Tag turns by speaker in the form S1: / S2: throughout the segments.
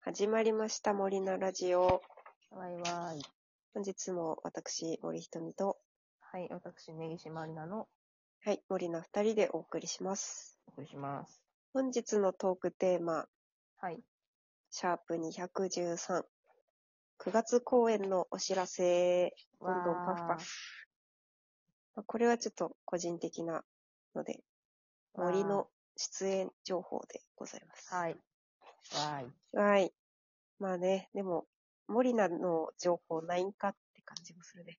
S1: 始まりました森のラジオ。
S2: わいわーい。
S1: 本日も私、森ひとみと、
S2: はい、私、根岸まりなの
S1: はい、森の二人でお送りします。
S2: お送りします。
S1: 本日のトークテーマ、
S2: はい。
S1: シャープ213。9月公演のお知らせ。どんどんパフパフ。まあこれはちょっと個人的なので、
S2: わー
S1: 森の出演情報でございます。
S2: はい。わーい。
S1: はい。まあね、でも、森菜の情報ないんかって感じもするね。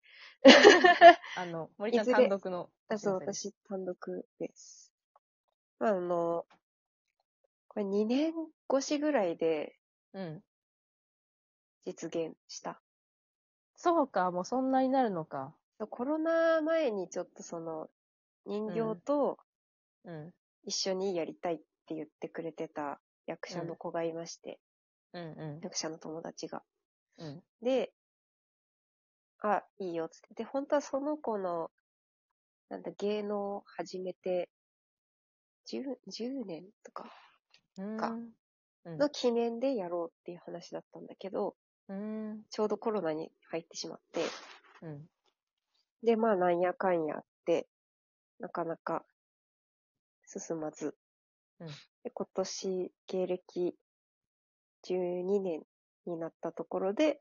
S2: あの、森田
S1: いずれ
S2: 単独の。
S1: あそう、
S2: 先生
S1: 私単独です。まあ、あの、これ2年越しぐらいで
S2: うん。
S1: 実現した。
S2: そうか、もうそんなになるのか。
S1: そうコロナ前にちょっとその、人形と
S2: うん。
S1: 一緒にやりたいって言ってくれてた役者の子がいまして、
S2: うんう
S1: 役者の友達が。
S2: ん。うん。
S1: で、あ、いいよ、つって。で、本当はその子の、なんだ、芸能を始めて、10、10年とか
S2: うん。
S1: か
S2: うん。
S1: の記念でやろうっていう話だったんだけど、
S2: うん。
S1: ちょうどコロナに入ってしまって、
S2: うん。
S1: で、まあ、なんやかんやあって、なかなか進まず。
S2: うん
S1: で今年、芸歴12年になったところで、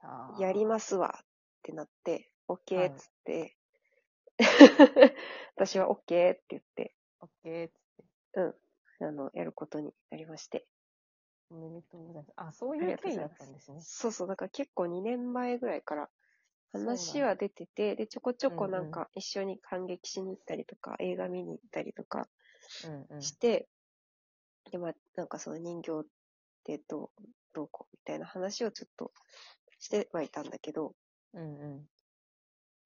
S2: あー
S1: やりますわってなって、OK っつって、 私は OK って言って、
S2: オッケーっつって。
S1: あの、やることになりまして。
S2: おめでとうございます。あ、そういう経緯だったんですね。
S1: そうそう、だから結構2年前ぐらいから話は出てて、で、ちょこちょこなんか一緒に感激しに行ったりとか、映画見に行ったりとか
S2: うんうん。
S1: して、で、まあ、なんかその人形ってどう、どうこうみたいな話をちょっとしてはいたんだけど、
S2: うんうん。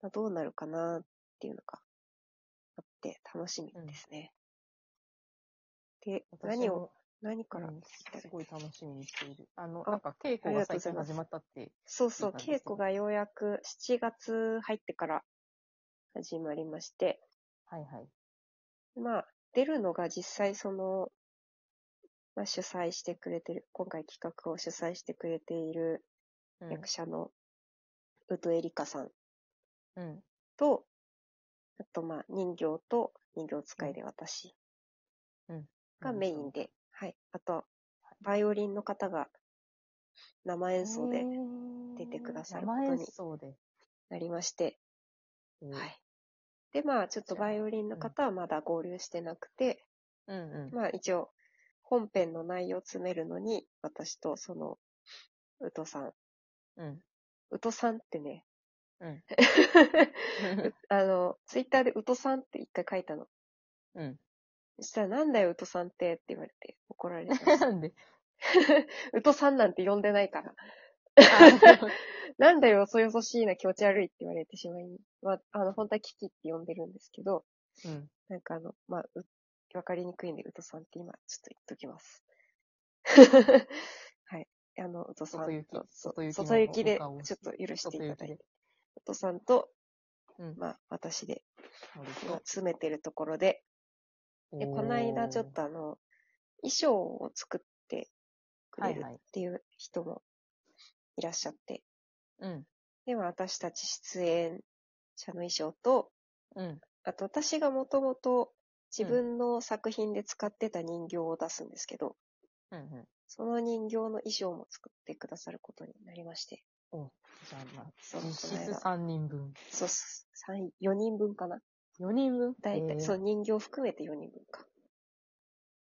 S1: まあどうなるかなっていうのがあって楽しみですね。で、何を、
S2: 私も
S1: 何から
S2: う
S1: 聞
S2: ん
S1: いたら
S2: すごい楽しみにしている。あの、
S1: あ
S2: なんか稽古
S1: あり
S2: が最近
S1: がとうございます
S2: 始まったって。
S1: そうそう、
S2: いい感じで
S1: 稽
S2: すね
S1: 古がようやく7月入ってから始まりまして、
S2: はいはい。
S1: まあ、出るのが実際その、まあ、主催してくれてる、今回企画を主催してくれている
S2: うん
S1: 役者の宇都エリカさん
S2: うん。
S1: と、あとまあ人形と人形使いで私がメインで、はい。あと、バイオリンの方が生演奏で出てくださることに
S2: へー生演奏で。
S1: なりまして、
S2: うん
S1: は。い。で、まあ、ちょっとバイオリンの方はまだ合流してなくて、
S2: うんうん。
S1: まあ一応、本編の内容を詰めるのに、私とその、うとさん。
S2: うん。
S1: うとさんってね、
S2: うん。
S1: あの、ツイッターでうとさんって一回書いたの。
S2: うん。
S1: そしたら、なんだよ、うとさんってって言われて怒られ た。
S2: なんで
S1: うとさんなんて呼んでないから。
S2: あ
S1: なんだよ、そよそしいな気持ち悪いって言われてしまい、まあ、あの、本当はキキって呼んでるんですけど、
S2: うん。
S1: なんかあの、まあ、うわかりにくいんで、うとさんって今、ちょっと言っときます。 はい。あの、うとさん
S2: 外行き
S1: と、そう
S2: 外行きの
S1: 外行きで、ち
S2: 他
S1: ょ
S2: を
S1: っと許していただいて
S2: 外行きで、
S1: うとさんと、
S2: うん。
S1: まあ、私で、
S2: 森
S1: 今
S2: と
S1: 詰めてるところで、で、この間ちょっ。とあの、衣装を作ってくれる
S2: はいはい
S1: っていう人もいらっしゃって、
S2: おー
S1: で、まあ私たち出演者の衣装と、
S2: うん。うん。
S1: あと私がもともと自分の作品で使ってた人形を出すんですけど、
S2: うんうん。
S1: その人形の衣装も作ってくださることになりまして。
S2: お、じゃあまあ、
S1: そう、こ
S2: 実
S1: の
S2: 質
S1: 間。
S2: 3人分。
S1: そうそう。3、4人分かな。
S2: 4人分
S1: だいたい、そう、
S2: う。
S1: 人形含めて4人分か。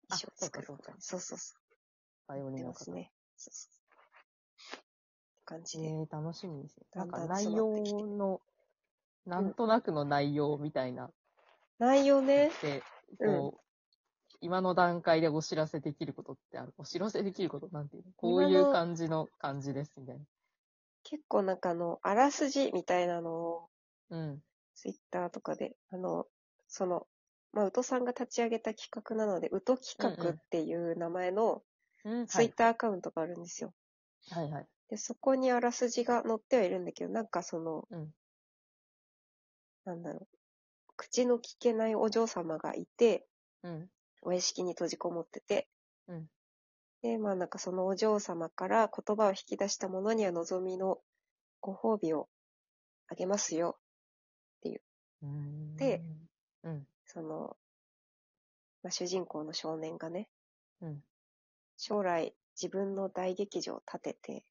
S2: あ
S1: 衣装作る
S2: そう
S1: こ
S2: か
S1: とに。そ
S2: そうか
S1: うそうそ
S2: バイオ
S1: う。
S2: リ
S1: 出
S2: ンの
S1: ます
S2: 方。
S1: ね。そうそうそう。感じ
S2: え
S1: で。
S2: ー、楽しみですね。
S1: だ
S2: なんん
S1: だん
S2: か内容の、なんとなくの内容みたいな。
S1: 内容ね。
S2: で、
S1: うん
S2: こう、今の段階でお知らせできることってある。お知らせできることなんていうのこうい
S1: 今の
S2: う感じの感じですみたい
S1: 結構なんかあの、あらすじみたいなのを、
S2: な。うん。
S1: ツイッターとかで、あの、その、まあ、うとさんが立ち上げた企画なので、うと企
S2: うん
S1: 画
S2: うん
S1: っていう名前の
S2: うん、
S1: ツイッターアカウントがあるんですよ。
S2: はいはい。
S1: で、そこにあらすじが載ってはいるんだけど、なんかその、
S2: うん
S1: なんだろう。口の聞けないお嬢様がいて、
S2: うん。
S1: お屋敷に閉じこもってて、
S2: うん
S1: で、まあなんかそのお嬢様から言葉を引き出した者には望みのご褒美をあげますよ。
S2: うん
S1: で、
S2: うん。
S1: その、まあ、主人公の少年がね、
S2: うん
S1: 将来自分の大劇場を建てて、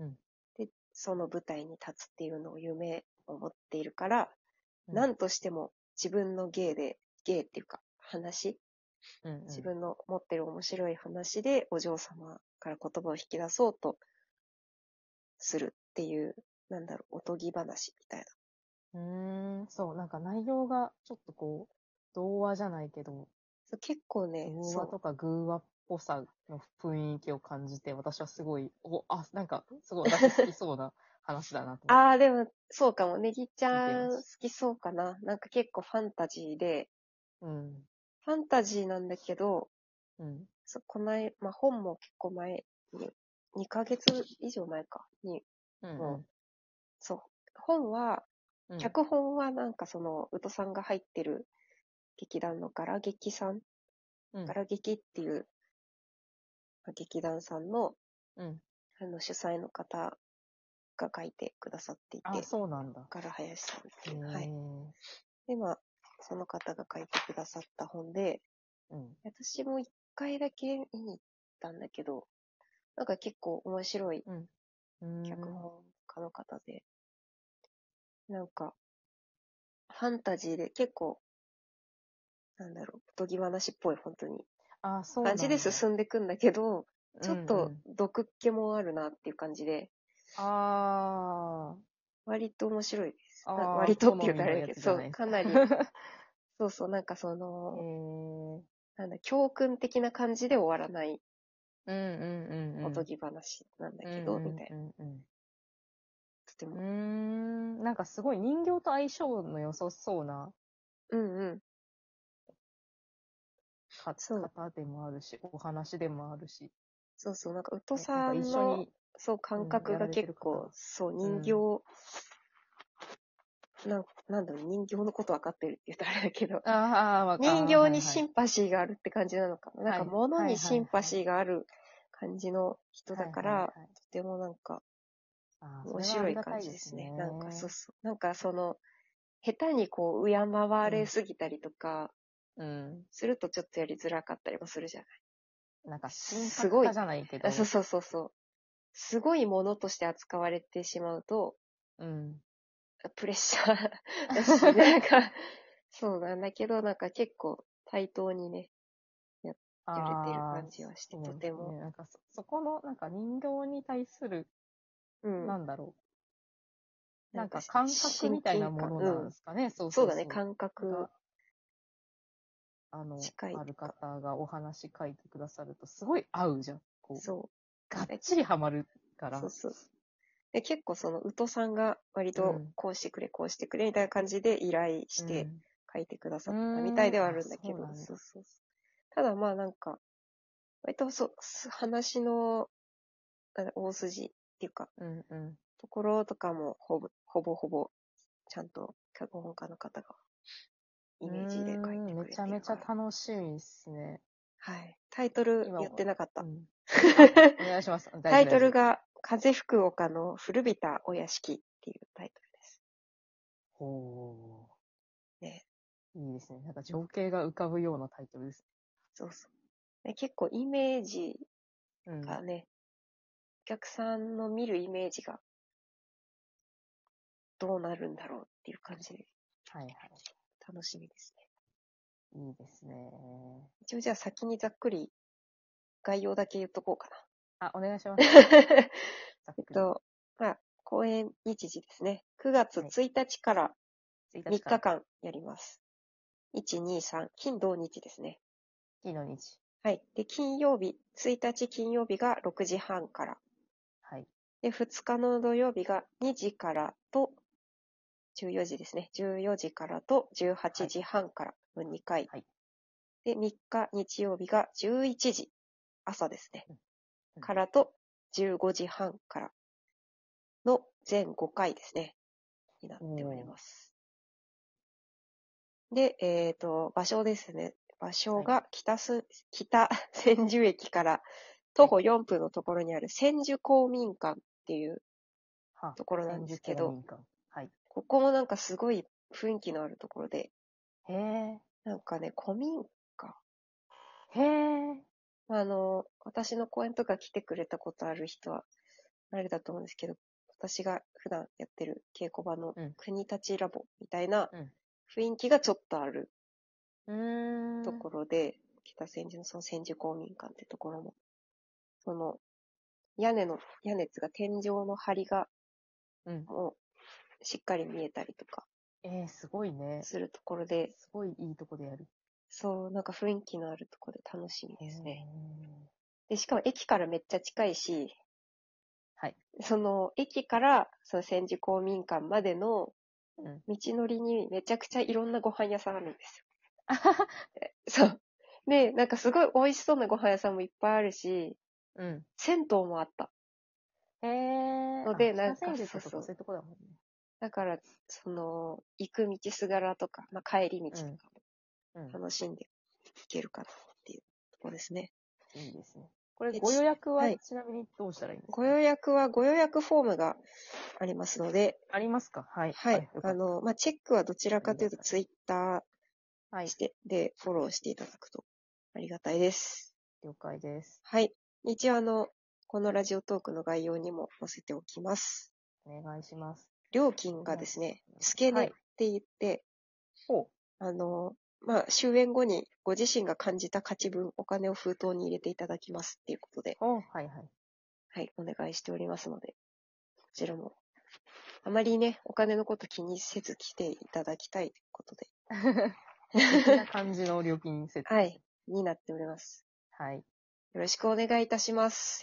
S2: うん
S1: で、その舞台に立つっていうのを夢を持っているから、
S2: うん
S1: 何としても自分の芸で、芸っていうか話、
S2: うんうん、
S1: 自分の持ってる面白い話でお嬢様から言葉を引き出そうとするっていう、なんだろう、おとぎ話みたいな。
S2: うーん、そう、なんか内容がちょっとこう、童話じゃないけど、
S1: そう結構ね、
S2: 童
S1: そ
S2: 話
S1: う
S2: とか偶話っぽさの雰囲気を感じて、私はすごい、お、あ、なんか、すごい私好きそうな話だなと思って。
S1: ああ、でも、そうかも。ネギちゃん
S2: 見て
S1: 好
S2: ます
S1: きそうかな。なんか結構ファンタジーで、
S2: うん、
S1: ファンタジーなんだけど、
S2: うん、
S1: そこない、まあ、本も結構前に、2ヶ月以上前かに、
S2: うん、
S1: もそう。本は、
S2: うん、
S1: 脚本はなんかその、宇都さんが入ってる劇団の柄劇さん、
S2: うん、
S1: 柄劇っていう、まあ劇団さんの、
S2: うん。
S1: あの、主催の方が書いてくださっていて、
S2: あ、そうなんだ。
S1: 柄林さんって
S2: へ
S1: い
S2: え
S1: う、はい。で、まあ、その方が書いてくださった本で、
S2: うん、
S1: 私も一回だけ見に行ったんだけど、なんか結構面白い
S2: うん。
S1: 脚本家の方で、なんか、ファンタジーで結構、なんだろう、おとぎ話っぽい本当に
S2: あ、そうなん
S1: 感
S2: だ。
S1: じで進んでくんだけど、ちょっ
S2: うんう
S1: と
S2: ん
S1: 毒っ気もあるなっていう感じで、
S2: あ
S1: 割と面白いです。
S2: ーあ
S1: な
S2: ー。
S1: 割とって言うとあれだけど、
S2: 好
S1: そ
S2: み
S1: う、
S2: のやつ
S1: かなり
S2: じゃ、いです か
S1: そうそう、なんかそ
S2: へ
S1: の、
S2: ー
S1: なんだ、教訓的な感じで終わらない
S2: うんうんうんうん。
S1: おとぎ話なんだけ
S2: う
S1: ど、
S2: んうん
S1: みたいな。
S2: うんうん
S1: とて
S2: うー
S1: も。
S2: ん、なんかすごい人形と相性の良さそうな
S1: うんうん。
S2: か
S1: そう
S2: 方でもあるし、お話でもあるし。
S1: そうそう。なんか、う
S2: お
S1: とさんの、そう、感覚が結
S2: やら
S1: 構
S2: れてる方、
S1: そう、
S2: ん
S1: 人形、なん、なんだろう、人形のことわかってるって言ったらあれだけど、
S2: ああ、わか
S1: 人形にシ
S2: し
S1: ンパシーがあるって感じなのかな。なんか、
S2: はい
S1: 物
S2: はいはい
S1: にシンパシーがある感じの人だか
S2: はいはい
S1: ら
S2: はい、
S1: とてもなんか、
S2: あー
S1: 面
S2: それはあ
S1: 白
S2: り
S1: い
S2: がた
S1: 感
S2: い
S1: じ
S2: で
S1: ですす
S2: ね。
S1: ね。なんか、そうそう。なんか、その、下手にこう、敬われすぎたりとか、
S2: うん。
S1: するとちょっとやりづらかったりもするじゃない
S2: なんか、新
S1: す
S2: 作
S1: ごい
S2: 化じゃないけど。
S1: あそうそうそうそう。すごいものとして扱われてしまうと、
S2: うん。
S1: プレッシ ャーだし、なんか、そうなんだけど、なんか結構対等にね、や
S2: あ
S1: れてる
S2: ー
S1: 感じはして、
S2: そう
S1: とても。
S2: ねなんかそ、そこの、なんか人形に対する、
S1: うん。
S2: なんだろう。なんか
S1: なん
S2: 感
S1: か
S2: 覚みたいなものなんですかね。そう
S1: そ
S2: そうう
S1: だね、感覚
S2: が。あの、
S1: 近い
S2: ある方がお話書いてくださると、すごい合うじゃん。こう、
S1: そ
S2: がっちりハマるか
S1: う。
S2: ら。
S1: そうそう。で、結構その、宇都さんが割と
S2: うん、
S1: こうしてくれ、こうしてくれ、みたいな感じで依頼
S2: う
S1: し
S2: ん
S1: て、書いてくださったみたいではあるんだけど、
S2: うーんあそうだね
S1: そうそうそう。ただまあなんか、割とそう、す話の、なんだ大筋っていうか、
S2: うんうん。
S1: ところとかもほぼ、ほぼほぼ、ちゃんと脚本家の方が、イメージで書いて
S2: うーん
S1: く
S2: め
S1: れ
S2: ち
S1: て
S2: ゃ
S1: る
S2: めちゃ
S1: から
S2: 楽しみですね。
S1: はい。タイトル
S2: 今
S1: 言ってなかった
S2: う。んお願いします。大丈夫
S1: タイトル。
S2: 大丈
S1: が、風吹く丘の古びたお屋敷っていうタイトルです。
S2: 夫ほう。
S1: ね。
S2: いいですね。なんか情景が浮かぶようなタイトルです。
S1: そうそう。で結構イメージ
S2: うん。
S1: がね、お客さんの見るイメージがどうなるんだろうっていう感じで
S2: はいはい。
S1: 楽しみですね。
S2: いいですね。
S1: 一応じゃあ先にざっくり概要だけ言っとこうか
S2: あ、お願いします。
S1: な。
S2: ざっ
S1: えっ
S2: くり
S1: と、まあ、公演日時ですね。9月
S2: はい
S1: 1日から
S2: 1
S1: 3
S2: から
S1: 日間やります。1、2、3、金、土、日ですね。
S2: 金の日。
S1: はい。で、金曜日、1日金曜日が6時半から。
S2: はい。
S1: で、2日の土曜日が2時からと、14時ですね。14時からと18時半からの2回。
S2: はい
S1: で、3日日曜日が11時、朝ですね
S2: うんう。ん
S1: からと15時半からの全5回ですね。になっております。で、えっ、と、場所ですね。場所が北す、北千住駅から徒歩4分のところにある千住公民館っていう
S2: は
S1: ところ
S2: あ、
S1: なんで
S2: 千住
S1: すけ
S2: 公
S1: ど、
S2: 民館。はい。
S1: ここもなんかすごい雰囲気のあるところで、
S2: へえ、
S1: なんかね、古民家。
S2: へえ、
S1: あの、私の講演とか来てくれたことある人は、あれだと思うんですけど、私が普段やってる稽古場の
S2: うん
S1: 国立ラボみたいな
S2: うん
S1: 雰囲気がちょっとある
S2: うーん。
S1: ところで、北千住のその千住公民館ってところも、その、屋根の、屋根っていうか天井の梁が
S2: うん。
S1: もうしっかり見えたりとか
S2: えー、すごいね。
S1: するところで、
S2: すごいいいとこでやる。
S1: そう、なんか雰囲気のあるところで楽しみですね。で、
S2: へ
S1: しかも駅からめっちゃ近いし、
S2: はい。
S1: その駅からその千住公民館までの
S2: ー。うん。
S1: 道のりにめちゃくちゃいろんなご飯屋さんあるんですよ。 そう。で、なんかすごい美味しそうなご飯屋さんもいっぱいあるし、
S2: うん。
S1: 銭湯もあった。
S2: へえ。
S1: ので
S2: あ
S1: なんか
S2: 北千住と
S1: そうそう
S2: かそういうとこだもんね。
S1: だから、その、行く道すがらとか、まあ、帰り道とかも
S2: うん。
S1: 楽しんで行けるかなっていうところですね。
S2: いいですね。これ、
S1: で
S2: ご予約は
S1: はい
S2: ちなみにどうしたらいいんですか
S1: ご予約は、ご予約フォームがありますので、
S2: ありますかはい。
S1: はい。
S2: よか
S1: あ
S2: った
S1: の、まあ、チェックはどちらかというと、
S2: ありが
S1: ツイッタ
S2: は
S1: ー
S2: い
S1: し。て、で、フォローしていただくとありがたいです。
S2: 了解です。
S1: はい。一応、あの、このラジオトークの概要にも載せておきます。
S2: お願いします。
S1: 料金がですね、付け
S2: は
S1: 根っ
S2: い
S1: て言って、
S2: ほ
S1: あの、まあ、終演後にご自身が感じた価値分お金を封筒に入れていただきますっていうことで、
S2: う。おはいはい。
S1: はい、お願いしておりますので、こちらも、あまりね、お金のこと気にせず来ていただきたいということで、
S2: こんな感じの料金設定。
S1: はい、になっております。
S2: はい。
S1: よろしくお願いいたします。